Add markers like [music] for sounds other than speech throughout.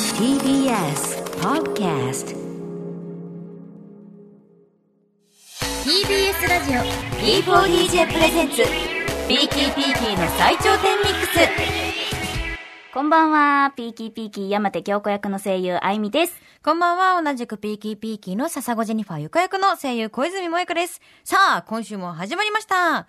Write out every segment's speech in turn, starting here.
TBS Podcast TBS ラジオ B4DJ プレゼンツピーキーピーキーの最頂点ミックスこんばんは、ピーキーピーキー山手京子役の声優、あいみです。こんばんは同じくピーキーピーキーの笹子ジェニファーゆか役の声優小泉萌香ですさあ今週も始まりました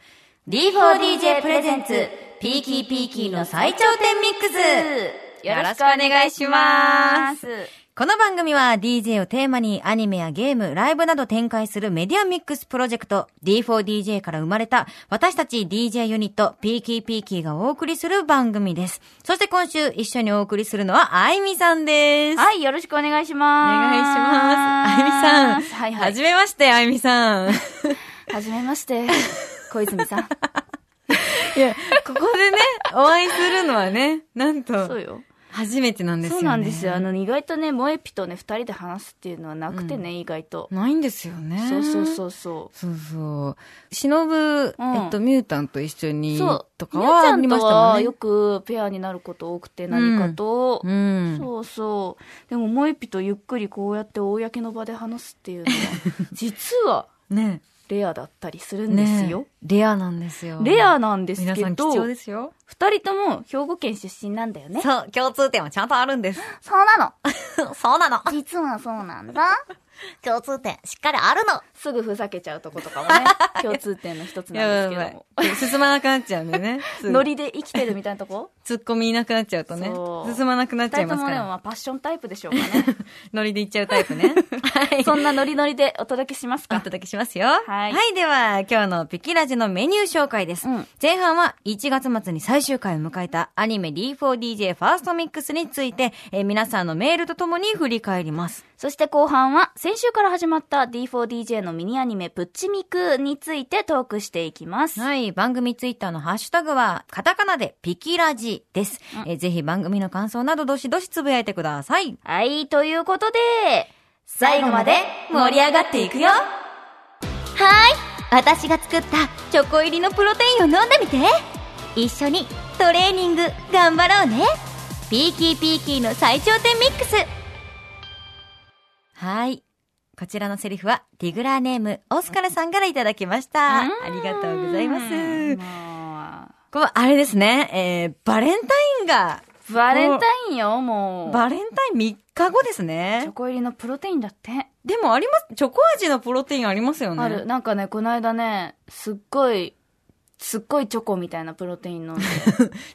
D4DJ プレゼンツ、ピーキーピーキーの最頂点ミックス。よろしくお願いしますこの番組は DJ をテーマにアニメやゲーム、ライブなど展開するメディアミックスプロジェクト D4DJ から生まれた私たち DJ ユニットピーキーピーキーがお送りする番組です。そして今週一緒にお送りするのはあいみさんです。はい、よろしくお願いしおます。願いします。あいみさん。はいは。はいじめまして、あいみさん。いはじめま [laughs] して、小泉さん。や、ここでね、お会いするのはね、なんそと、うよ。初めてなんですよそね。うなんですよ。あの、意外とね、萌えピとね、二人で話すっていうのはなくてね、意外と。ないんですよね。。そうそうそううそう。そうそう。しのぶ、うんえっと、ミュータンと一緒にそう。とかみやちはゃあんりましとたもんはねよ。くペアになること多くて、何かと。うん。そうそう。でも、萌えピとゆっくりこうやって公の場で話すっていう [laughs] のは、実はね。レアだったりするんでねすよ。。レアなんですよ。レアなんです皆けさん貴ど、重二ですよ。人とも兵庫県出身なんだよね。そう、共通点はちゃんとあるんです。そうなの。そうなの。実はそうなんだ。共通点、しっかりあるの。すぐふざけちゃうとことかも [laughs] ね、共通点の一つなんですけども。ばいやばい進まなくなっちゃうんでね。ノリで生きてるみたいなとこツッコミいなくなっちゃうとねそう進ま [laughs] なくなっちゃ二い人とますもかでもらまあパッションタイプでしょうかね。ノリでいっちゃうタイプねはいそんなノリノリでお届けしますおか。届けしますよはいでは今日のピキラジのメニュー紹介です、うん前半は1月末に最終回を迎えたアニメ D4DJ ファーストミックスについて、えー皆さんのメールとともに振り返りますそして後半は先週から始まった D4DJ のミニアニメプッチミクについてトークしていきます。はい。番組ツイッターのハッシュタグは、カタカナでピキラジです。えーぜひ番組の感想などどしどしつぶやいてください。はい、ということで、最最後後ままでで盛盛りり上上ががっってていいくくよよはい私が作ったチョコ入りのプロテインを飲んでみて一緒にトレーニング頑張ろうねピーキーピーキーの最頂点ミックスはい。こちらのセリフは、ディグラーネーム、オスカルさんからいただきました。ありがとうございます。すこれ、あれですね、えー、バレンタインが、バレンタインよもうバレンタイン3日後ですチョね。コ入りのプロテインだってでもあります、チョコ味のプロテインありますよね。ある。なんかねこの間ねすっごいすっごいチョコみたいなプロテイン飲んで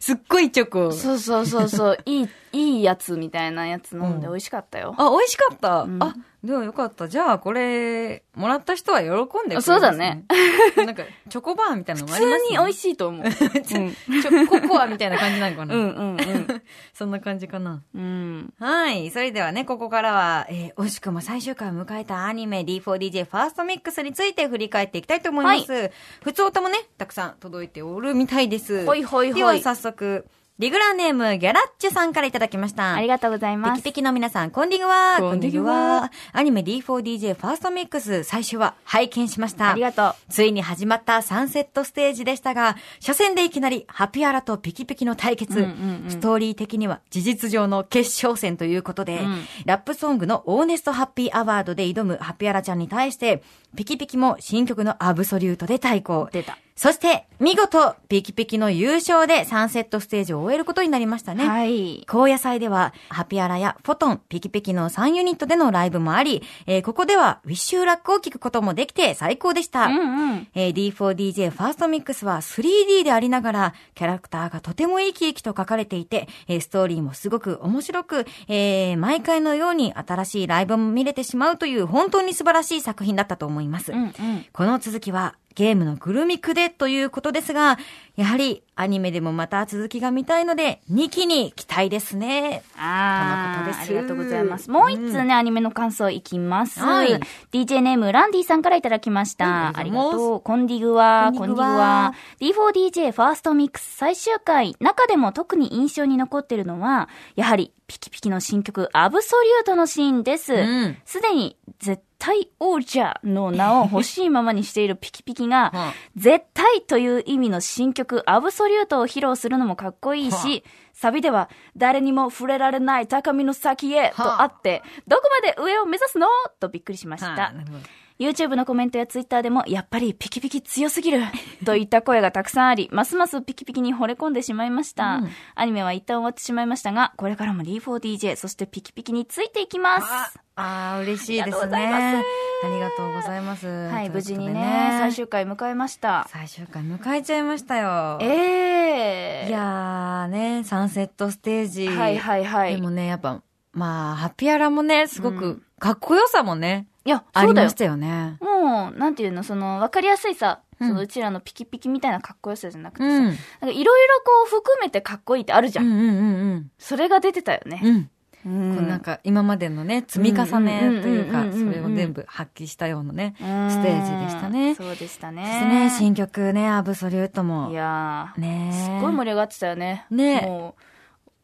すっごいチョコ。そうそうそう [laughs] そういいいいやつみたいなやつ飲んでうん美味しかったよ、あ、美味しかった。うんあ、でもよかった。じゃあ、これ、もらった人は喜んでくれます、ね。そうだね。 [laughs] なんか、チョコバーみたいなのもあ普りま通す、に美味しい。しいと思 [laughs] う、うんチョココアみたいな感じなのかな。うんうんうん [laughs] そんな感じかな。うんはい。それではね、ここからは、えー、惜しくも最終回を迎えたアニメ D4DJ ファーストミックスについて振り返っていきたいと思います。普通音もね、たくさん届いておるみたいです。ほいほいほいでは早速、リグラーネーム、ギャラッチェさんからいただきました。ありがとうございまピすキピキの皆さん、こんにちは。こんにちは。アニメ D4DJ ファーストミックス、最終話、拝見しました。ありがとうついに始まったサンセットステージでしたが、初戦でいきなりハピアラとピキピキの対決、うんうんうんストーリー的には事実上の決勝戦ということで、うんラップソングのオーネストハッピーアワードで挑むハピアラちゃんに対して、ピキピキも新曲のアブソリュートで対抗。出たそして、見事、ピキピキの優勝でサンセットステージを終えることになりましたね。はい高野祭では、ハピアラやフォトン、ピキピキの3ユニットでのライブもあり、えーここでは、ウィッシューラックを聴くこともできて最高でした。うんうんえー D4DJ ファーストミックスは 3D でありながら、キャラクターがとても生き生きと書かれていて、えーストーリーもすごく面白く、えー毎回のように新しいライブも見れてしまうという本当に素晴らしい作品だったと思います。うんうんこの続きはゲームのグルミクでということですが、やはりアニメでもまた続きが見たいので、2期に期待ですね。あとのーことあですりがとうございます。もう一通ね、うアニメの感想いきます。はい DJ ネーム、ランディさんからいただきましうんあた。ありりががとうございますとう。コンディグワー、ココンンデディィググワワー。D4DJ ファーストミックス最終回、中でも特に印象に残ってるのは、やはり、ピキピキの新曲、アブソリュートのシーンです。んすでに絶対王者の名を欲しいままにしているピキピキが、はあ絶対という意味の新曲、アブソリュートを披露するのもかっこいいし、サビでは、誰にも触れられない高みの先へとあって、どこまで上を目指すのとびっくりしました。はあなるほど YouTube のコメントや Twitter でも、やっぱりピキピキ強すぎ [laughs] るといった声がたくさんあり、ますますピキピキに惚れ込んでしまいました。アニメは一旦終わってしまいましたが、これからも D4DJ、そしてピキピキについていきます。ああ、嬉しいですね。ありがとうございます。はい、とうこ無と事でにね、最終回迎えました。最終回迎えちゃいましたよ。ええいやーね、サンセットステージ。はいはいはい。でもね、やっぱ、まあ、ハピアラもね、すごうく、かっこよさもね、いや、あそりうだまよし。たよね。もう、なんていうの、その、わかりやすいさ、うんそのうちらのピキピキみたいなかっこよさじゃなくてうさ、ん。うなんんかいろいろこう含めてかっこいいってあるじうゃん。んうんそれが出てたようん。ね。うん。うこうなんん。か、今までのね、積み重ねというかうんうん、うんうんうんそれを全部発揮したようなね、うんステージでしたね。そうそうでしたね。ですね、新曲ね、アブソリュートも。いやー、ねすっごい盛り上がってたよね。ねもう、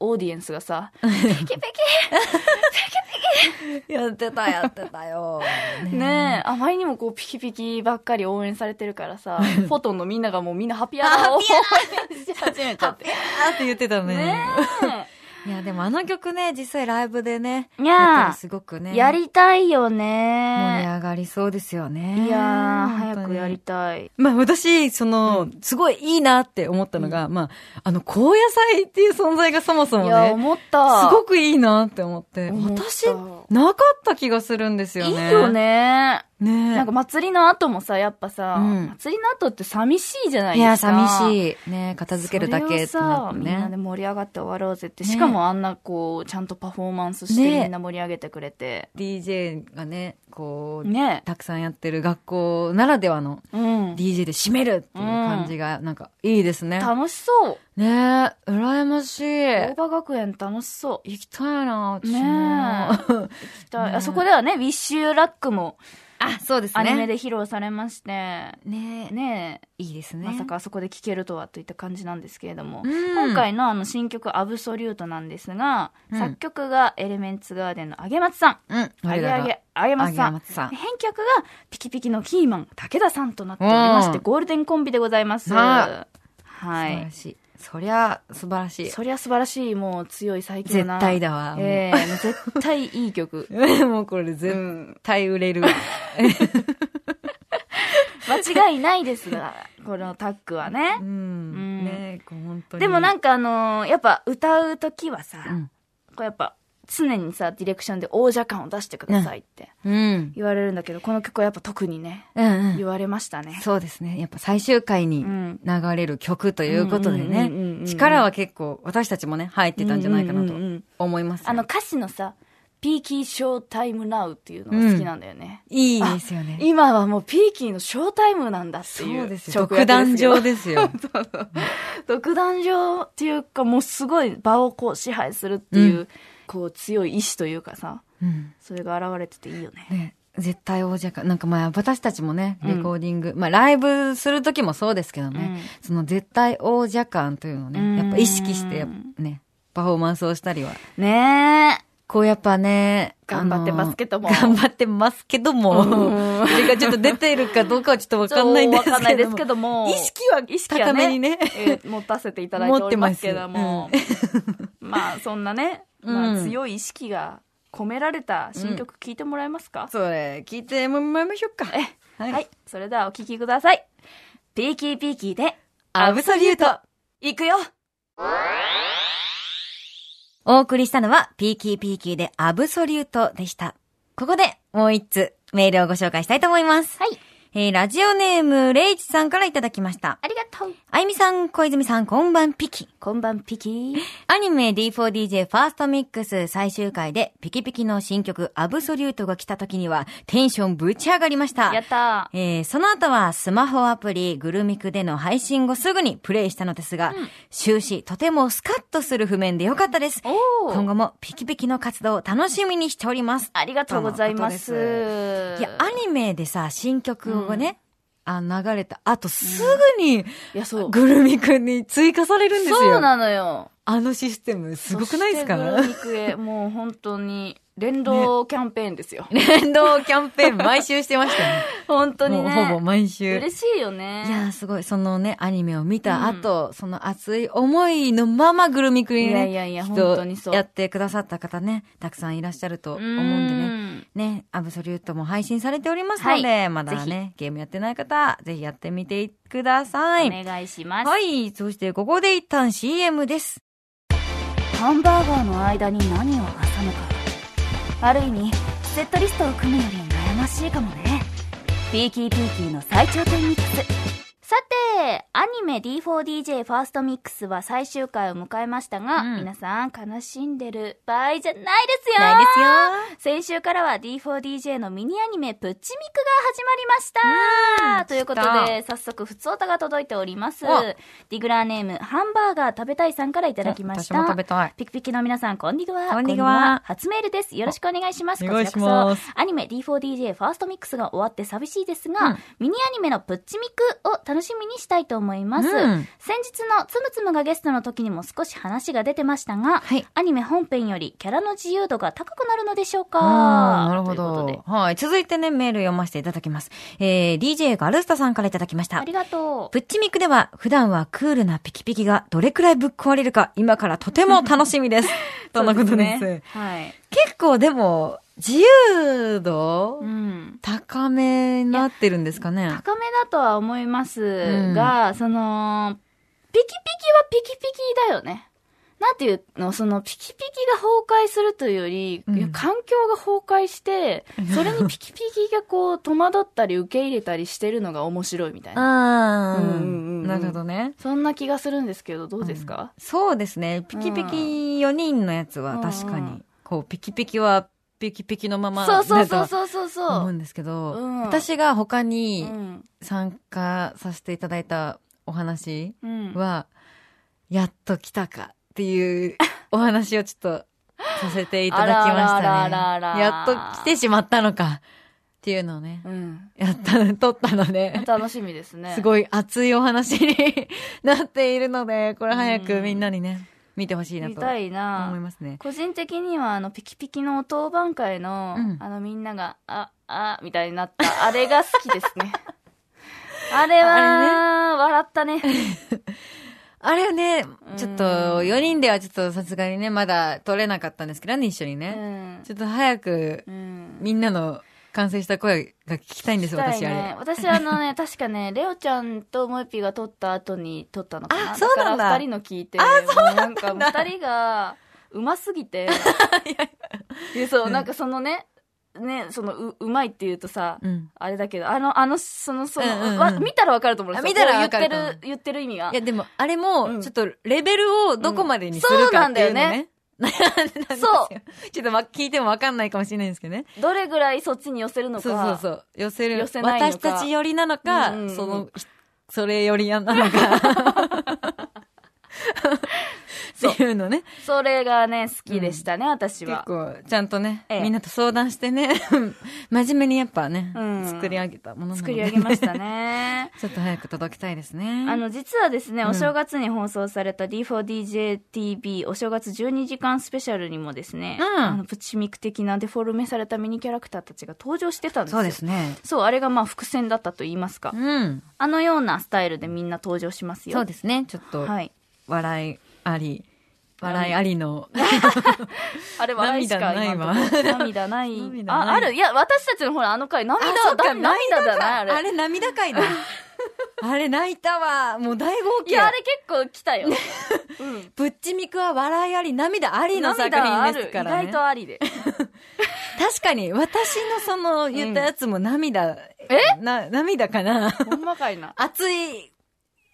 オーディエンスがさ、 [laughs] やってた、やってた [laughs] よ。ねえ、あまりにもこう、ピキピキばっかり応援されてるからさ、フォトンのみんながもうみんなハッピーアワーを応援 [laughs] し [laughs] 始めちゃって。あーって言ってたね。ねいや、でもあの曲ね、実際ライブでね、いやーやったらすごくえね、やりたい盛よりね。上がりそうですよね。いやー、本当に早くやりたい。まあ私、その、すごいいいなって思ったのが、まあ、あの、高野菜っていう存在がそもそもいや、ね、思った。すごくいいなって思って、思った私、なかった気がするんですよいいね。よ。ね。ねなんか祭りの後もさ、やっぱさ、うん祭りの後って寂しいじゃないいでや、すか。い。寂しい。ね片付けるだけってそれをなさ、ってみんなね。で盛り上がって終わろうぜって、ねしかもあんなこう、ちゃんとパフォーマンスしてねみんな盛り上げてくれて。 DJ がね、こう、ね。たくさんやってる学校ならではのうん。 DJ で締めるっていう感じが、なんか、いいですね。楽しそう。ねえ、羨ましい。大場学園楽しそう。行きたいな、私ねも。 [laughs] 行きたいねあそこではね、ウィッシュラックもあ、そうですね。アニメで披露されまして、ねえ、ねいいですえ、ね。まさかあそこで聴けるとはといった感じなんですけれども、うん今回のあの新曲「アブソリュート」なんですが、うん作曲がエレメンツガーデンの揚松さん。うん、揚我げら揚がげ、揚げ松さ揚ん。松さ編曲がピキピキのキーマン、武田さんとなっておりまして、うんゴールデンコンビでございます。はは素晴らい。しい。そりゃ、素晴らしい。そりゃ素晴らしい、もう強い最強絶な。対だわ。ええもう絶対いい [laughs] 曲。もうもうこれ絶対売れる。間違いないですが、 [laughs] このタッグはねう。んん。ねえ、こう本当に。でもなんか、んかあのーやっぱ歌う時はさ、うんこうやっぱ常にさ、ディレクションで王者感を出してくださいってうん。言われるんだけど、この曲はやっぱ特にね、うんうん言われましたね。そうですね。やっぱ最終回にうん流れる曲ということでうんうんうんうんうんね、力は結構私たちもね、入ってたんじゃないかなとうんうんうんうん思います。あの、歌詞のさ、ピーキーショータイムナウっていうのが好きなんだよね。いいですよね。今はもうピーキーのショータイムなんだっていう。そうですよ。独壇 [laughs] 場。ですよ。独壇場っていうか、もうすごい場をこう支配するっていう、うこう強い意志というかさ、うんそれが現れてていいよね。ね、絶対王者か。なんかまあ私たちもね、うんレコーディング、まあライブする時もそうですけどね、その絶対王者感というのをうんね、やっぱ意識してやっぱね、パフォーマンスをしたりは。ねえ。こうやっぱね、頑張ってますけどもあの頑張ってますけども、 [laughs] うんそれがちょっと出てるかどうかはちょっとわかんないんですけわどかんないですもけども。意識は意識高はねめにね [laughs] えー持たせていただいておりますけども。持まあ、そんなね、まあうん強い意識が込められた新曲聞いてもらえますか、それ、聞いてもらいましょうか。ははい。それではお聴きください。ピーキーピーキーで、アブソリュート。いくよお送りしたのは、ピーキーピーキーでアブソリュートでした。ここで、もう一つ、メールをご紹介したいと思います。はい。えー、ラジオネーム、レイチさんからいただきました。ありがとうあゆみさん、小泉さん、こんばんピキ。こんばんピーキー。アニメ D4DJ ファーストミックス最終回で、ピキピキの新曲、アブソリュートが来た時には、テンションぶち上がりました。やったー。えーその後はスマホアプリグルミクでの配信後すぐにプレイしたのですが、終始とてもスカッとする譜面でよかったです。おー今後もピキピキの活動を楽しみにしております。ありがとうございまとのことす。ですいや、アニメでさ、新曲をね、あ流れた後すぐにいや、そう。グルミクに追加されるんですよ。そうなのよ。あのシステム、すごくないですかそしてブルー肉へもう本当に連動キャンペーンですよ。 [laughs] 連動キャンペーン毎週してましたね。本当にね。もうほぼ毎週。嬉しいよね。いやーすごい、そのね、アニメを見た後、その熱い思いのままぐるみくりにね、いやいやいやきっ本と当にそうやってくださった方ね、たくさんいらっしゃると思うんでね。ね。ね、アブソリュートも配信されておりますので、はいまだね、ゲームやってない方、ぜひやってみてください。お願いします。はい、そしてここで一旦 CM です。ハンバーガーの間に何を挟むかある意味セットリストを組むより悩ましいかもねピーキーピーキーの最頂点ミックスさてアニメ D4DJ ファーストミックスは最終回を迎えましたが、うん皆さん悲しんでる場合じゃないですよないですよ先週からは D4DJ のミニアニメプッチミクが始まりました、ということで早速ふつおたが届いておりますおディグラーネームハンバーガー食べたいさんからいただきました私も食べたい。ピクピクの皆さん、こんにちは。こんにちは初メールです。よろしくお願いします。おこ願いちらしこそま。すアニメ D4DJ ファーストミックスが終わって寂しいですが、うんミニアニメのプッチミクを楽しみにしたいと思います。うん先日のつむつむがゲストの時にも少し話が出てましたが、はいアニメ本編よりキャラの自由度が高くなるのでしょうかああ、なるほというこどとで。はい。続いてね、メール読ませていただきます。えー、DJ ガルスタさんからいただきましあたり。がとう。プッチミクでは、普段はクールなピキピキがどれくらいぶっ壊れるか、今からとても楽しみ [laughs] です。とのことです。そうねはい。結構でも、自由度、うん。高めになってるんですかね。高めだとは思いますが、その、ピキピキはピキピキだよね。なんていうのその、ピキピキが崩壊するというより、うんいや環境が崩壊して、それに [laughs] ピキピキがこう、戸惑ったり受け入れたりしてるのが面白いみたいな。あうんうんうんうーんなるほどね。そんな気がするんですけど、どうですか、そうですね。ピキピキ4人のやつは確かにうん、こう、ピキピキはピキピキのままそうそうそうだとそうそうそ思うう。んですけど、うん私が他うにん。参加させていただいたお話うん。は、やっと来たかっていうお話をちょっとさせていただきましたね。あららららやっと来てしまったのかっていうのをね、 [laughs] うん。やった、撮ったので、楽しみですね。すい。ごい熱いお話になっているので、これ早くみんなにね、見てほしいな見とたいな思いますね。個人的にはあのピキピキの当番会の、うんあのみんなが「ああ」みたいになったあれが好きです [laughs] ねあれは笑ったねあれね、うんちょっと4人ではちょっとさすがにね、まだ撮れなかったんですけどね、一緒にうね。んちょっと早くうんみんなの完成した声が聞きたいんです、したい私、ねあ私あ [laughs] のね確かねレオちゃんとモエピが撮った後に撮ったのかなあそうなんだから2人の聞いてあそうなんなんかもう2人がうます [laughs] ぎてでそうなんかそのねねそのううまいっていうとさ、れ。うん。あれだけど、あの、あの、その、その、うんうんうんわ見たらわかると思うんですよ。あ見たらわかるこう言ってる、言ってる意味がいや、。でも、あれうも、んちょっとレベルをどこまでにするかっていうのね。そう [laughs] なんだよね。。そう [laughs] ちょっとま聞いてもわかんないかもしれないんですけどね。どれぐらいそっちに寄せるのか。そうそうそう。寄せる。寄せないのか私たち寄りなのか、うんうんうんその、それ寄りなの [laughs] か。っていうのね。それがね、好きでしたね、私結は。構、ちゃんとね、ええみんなと相談してね、 [laughs] 真面目にやっぱね、うん作り上げたものなので、作り上げましたね。 [laughs] ちょっと早く届きたいですね。あの、実はですね、うんお正月に放送された D4DJTV お正月12時間スペシャルにもですね、うんあのプチミク的なデフォルメされたミニキャラクターたちが登場してたんですよ。そうですね。そう、あれがまあ伏線だったと言いますか。うん。あのようなスタイルでみんな登場しますよ。そうですね。ちょっと、はい。笑いあり、笑いありの、あれ笑いしか涙ない今わのところ涙ない涙ないあ、ある。いや、私たちのほら、あの回、涙、あそうかだ涙じかゃないあれ。あれ涙かい [laughs] な。あれ泣いたわ。もう大号い泣。や、あれ結構来たよ。うん。プッチミクは笑いあり、涙ありの作涙あ品るですか意らね。外とありで。確かに、私のその言ったやつも涙、な、涙かな。ほんまかいな。熱い、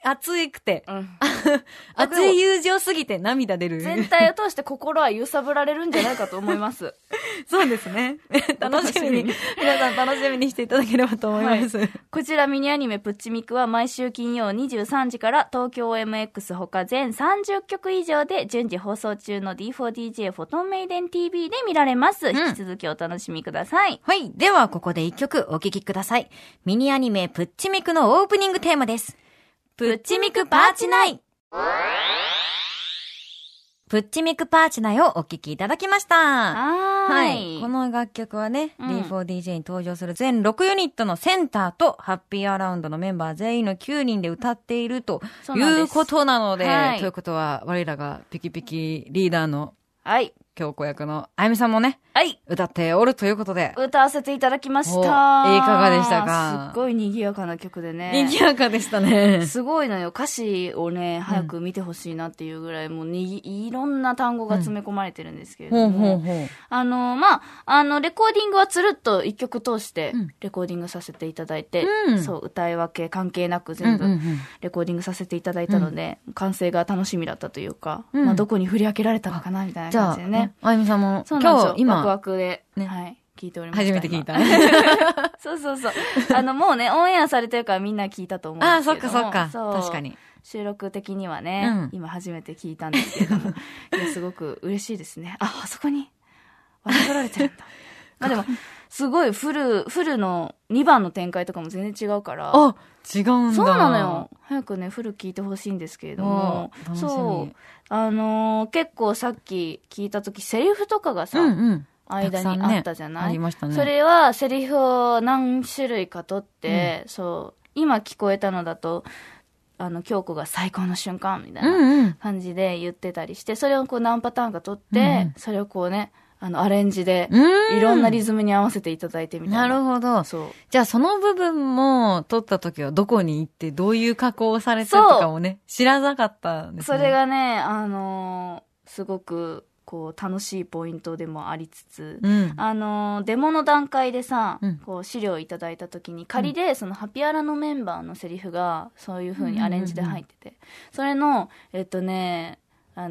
熱いくて、うん。熱い友情すぎて涙出る。全体を通して心は揺さぶられるんじゃないかと思います。 [laughs] そうですね。楽しみに、 [laughs] 皆さん楽しみにしていただければと思います。こちらミニアニメプッチミクは毎週金曜23時から東京 MX ほか全30曲以上で順次放送中の D4DJ フォトンメイデン TV で見られます。ん引き続きお楽しみください。はい。では、ここで一曲お聴きください。ミニアニメ、プッチミクのオープニングテーマです。プッチミクパーチナイプッチミクパーチナよをお聴きいただきました。ははーい。い。この楽曲はね、うん D4DJ に登場する全6ユニットのセンターとハッピーアラウンドのメンバー全員の9人で歌っているとそういなんですうことなので、はいということは我らがピキピキリーダーのはい。京子役のあゆみさんもね、はい。歌っておるということで、歌わせていただきました。おいいかがでしたかすっごい賑やかな曲でね。賑やかでしたね。すごいのよ。歌詞をね、早く見てほしいなっていうぐらい、もうに、いろんな単語が詰め込まれてるんですけれどほも。うほうほう。あの、まあ、あの、レコーディングはつるっと一曲通してうん、レコーディングさせていただいて、うんそう、歌い分け関係なく全うんうんう部んレコーディングさせていただいたので、完成が楽しみだったというか、うんまあ、どこに振り分けられたのかな、みたいなじゃ感あ、じでね。あゆみさんもそうなんですよ今日、。ワクワ今、クで、ねはい、聞いております。初めて聞いた。今 [laughs] そうそうそう。あの、もうね、オンエアされてるからみんな聞いたと思うんですあけあ、そっれどかもそっか。そう確かに。収録的にはね、うん今初めて聞いたんですけれど [laughs] もいやすごく嬉しいですねああそこに割り取られて [laughs] るんだまあでもすごいフルフルの2番の展開とかも全然違うからあ、違うんだ。そうなのよ早くねフル聞いてほしいんですけれどもお楽しみそうあのー結構さっき聞いた時セリフとかがさ、うんうん。た間くにさんねあったじゃなあい、りましたね。それはセリフを何種類か取って、そう今聞こえたのだとあの京子が最高の瞬間みたいな、うんうん。感じで言ってたりして、それをこう何パターンか取って、うんそれをこうね、あの、アレンジで、うん。いろんなリズムに合わせていただいてみたいな。なるほど。そう。じゃあその部分も撮った時はどこに行ってどういう加工をされてとかもね、知らなかったんですそね。れ。がね、あのーすごく、こう、楽しいポイントでもありつつ、うん。あのーデモの段階でさ、うんこう資料をいただいた時に仮でそのハピアラのメンバーのセリフがそういう風にアレンジで入ってて、それのえっとねあ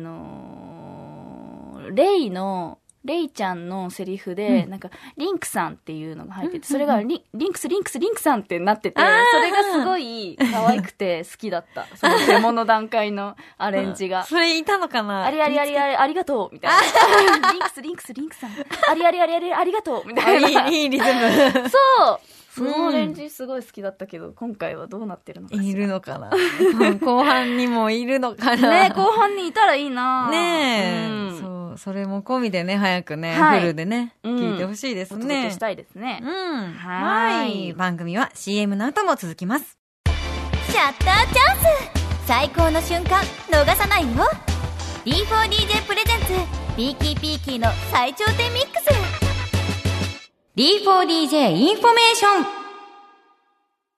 のーレイのレイちゃんのセリフで、なんか、リンクさんっていうのが入ってて、それがリ、リンクス、リンクス、リンクさんってなってて、あーそれがすごい可愛くて好きだった。そのデモの段階のアレンジが。それいたのかなありありありあり、ありがとうみたいな。リンクス、リンクス、リンクさん。ありありありあり、ありがとうみたいな。 [laughs] あいい、いいリズム。そうそうんのアレンジすごい好きだったけど、今回はどうなってるのかしらいるのかな [laughs] 後半にもいるのかなね後半にいたらいいなねえ、うんそう、それも込みでね、早くね、はいフルでね、うん聞いてほしいですお届けねし。たいですね。うん。はーい番組は CM の後も続きます。シャッターチャンス最高の瞬間逃さないよ D4DJ プレゼンツピーキーピーキーの最頂点ミックス D4DJ インフォメーション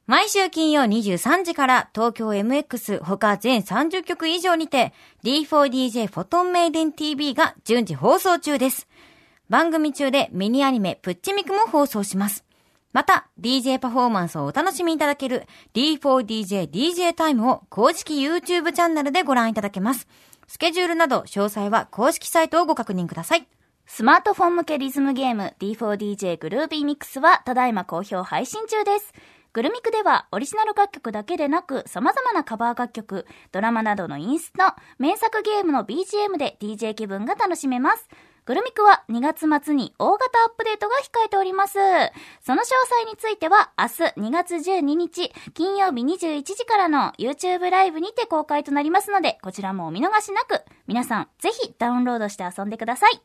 毎週金曜23時から東京 MX 他全30曲以上にて D4DJ フォトンメイデン TV が順次放送中です。番組中でミニアニメプッチミクも放送します。また、DJ パフォーマンスをお楽しみいただける D4DJ DJ タイムを公式 YouTube チャンネルでご覧いただけます。スケジュールなど詳細は公式サイトをご確認ください。スマートフォン向けリズムゲーム D4DJ グルービーミックスはただいま好評配信中です。グルミクではオリジナル楽曲だけでなく様々なカバー楽曲、ドラマなどのインスト、名作ゲームの BGM で DJ 気分が楽しめます。グルミクは2月末に大型アップデートが控えております。その詳細については明日2月12日金曜日21時からの YouTube ライブにて公開となりますのでこちらもお見逃しなく皆さんぜひダウンロードして遊んでください。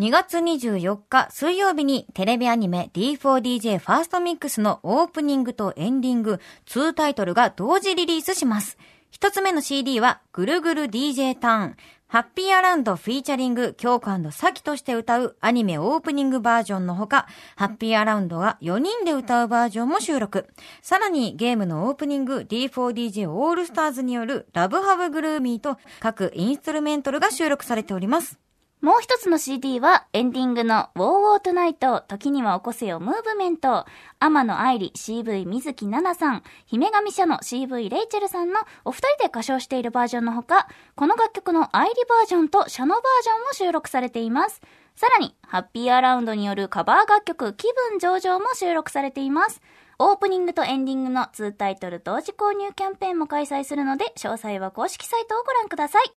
2月24日水曜日にテレビアニメ D4DJ ファーストミックスのオープニングとエンディング2タイトルが同時リリースします。一つ目の CD はぐるぐる DJ ターン。ハッピーアラウンドフィーチャリング京子サキとして歌うアニメオープニングバージョンのほか、ハッピーアラウンドが4人で歌うバージョンも収録。さらにゲームのオープニング D4DJ オールスターズによるラブハブグルーミーと各インストゥルメントルが収録されております。もう一つの CD はエンディングの w o w w o t o n i g h t 時には起こせよムーブメント天野愛理 CV 水木奈々さん姫神社の CV レイチェルさんのお二人で歌唱しているバージョンのほかこの楽曲の愛理バージョンとシャノバージョンも収録されていますさらにハッピーアラウンドによるカバー楽曲気分上々も収録されていますオープニングとエンディングの2タイトル同時購入キャンペーンも開催するので詳細は公式サイトをご覧ください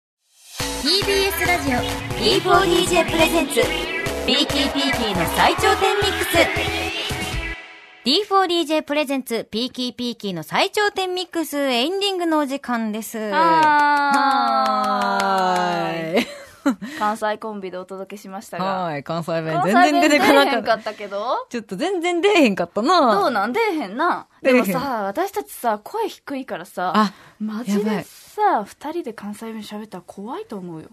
TBS ラジオ D4DJ プレゼンツピーキーピーキーの最頂点ミックス D4DJ プレゼンツ、ピーキーピーキーの最頂点ミックス、エンディングのお時間です。はーいはーい。関西コンビでお届けしましたが。はい、関西弁関西全然出てこな弁出えへかんっかた。ったけど。ちょっと全然出えへんかったな。どうなんでえへんな。出でえへもんさ、私たちさ、声低いからさ、あ、マジやばでいさ、二人で関西弁喋ったら怖いと思うよ。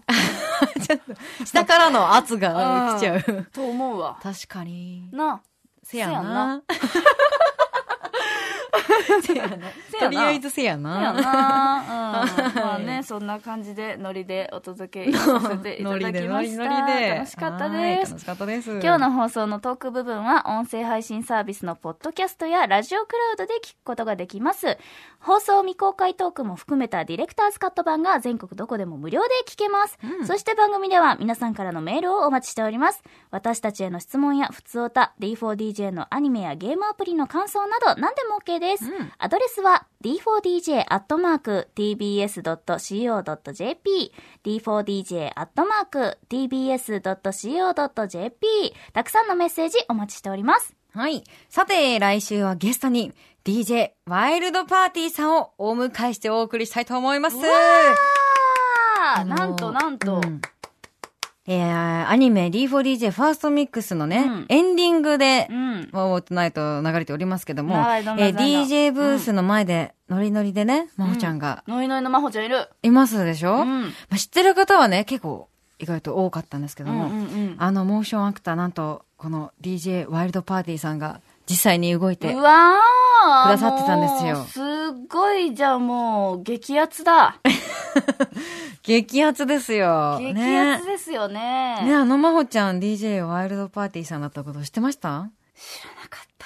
下からの圧が来ちゃう。と思うわ。確かに。なせやな。せやな。せ [laughs] とやなりあえずせやあ。やな。な。うん。まあね、そんな感じで、ノリでお届けさせていたノリだできノまリしノた。リで。楽しかったはいです楽。しかったです。今日の放送のトーク部分は音声配信サービスのポッドキャストやラジオクラウドで聞くことができます放送未公開トークも含めたディレクターズカット版が全国どこでも無料で聞けます、そして番組では皆さんからのメールをお待ちしております私たちへの質問や普通おた D4DJ のアニメやゲームアプリの感想など何でも OK です、アドレスは d4dj.tbs.co.jp d4dj.tbs.co.jp たくさんのメッセージお待ちしております。はい。さて、来週はゲストに DJ ワイルドパーティーさんをお迎えしてお送りしたいと思います。あーあのーなんとなんと、うんえー、アニメ D4DJ ファーストミックスのね、うんエンディングで、うんワーウォートナイト流れておりますけども、えはいどんなーどんな DJ ブースの前で、ノリノリでね、まほちゃんがノイノイのまほちゃんいる。いますでしょ、うまん。あ、知ってる方はね、結構意外と多かったんですけうどんうも、んうん。あのモーションアクターなんと、この DJ ワイルドパーティーさんが実際に動いてう、わーくださってたんですよもうすっごい、じゃあもう、激アツだ。激アツですよ。激ねアツですよね。ね、あのまほちゃん DJ ワイルドパーティーさんだったこと知ってま [laughs] したなかった。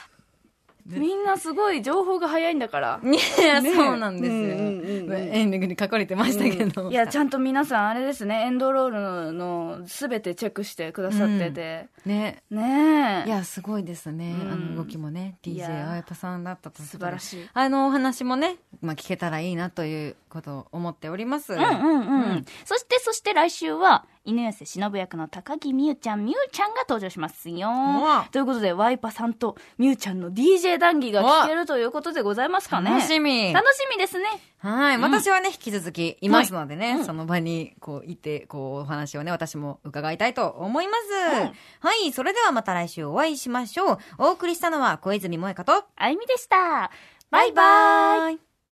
みんなすごい情報が早いんだから。ねねそうなんですよ、うんうんうんエンディングに書かれてましたけど、いや、ちゃんと皆さん、あれですね、エンドロールのすべてチェックしてくださってて。ねねえ。いやすごいですね、うんあの動きもねい DJ やあやぱさんだったということで素晴らしい。あのお話もね、まあ、聞けたらいいなということを思っております、うんうんうん。うんそして、そして来週は、犬寄忍役の高木美優ちゃん、美優ちゃんが登場しますよわ。ということで、ワイパさんと美優ちゃんの DJ 談義が聞けるということでございますかね。楽しみ楽しみですね。はい、ん私はね引き続きいますのでね、はいうんその場にこういてこうお話をね私も伺いたいと思います、うんはいそれではまた来週お会いしましょうお送りしたのは小泉萌香とあゆみでした。バイバイ。イ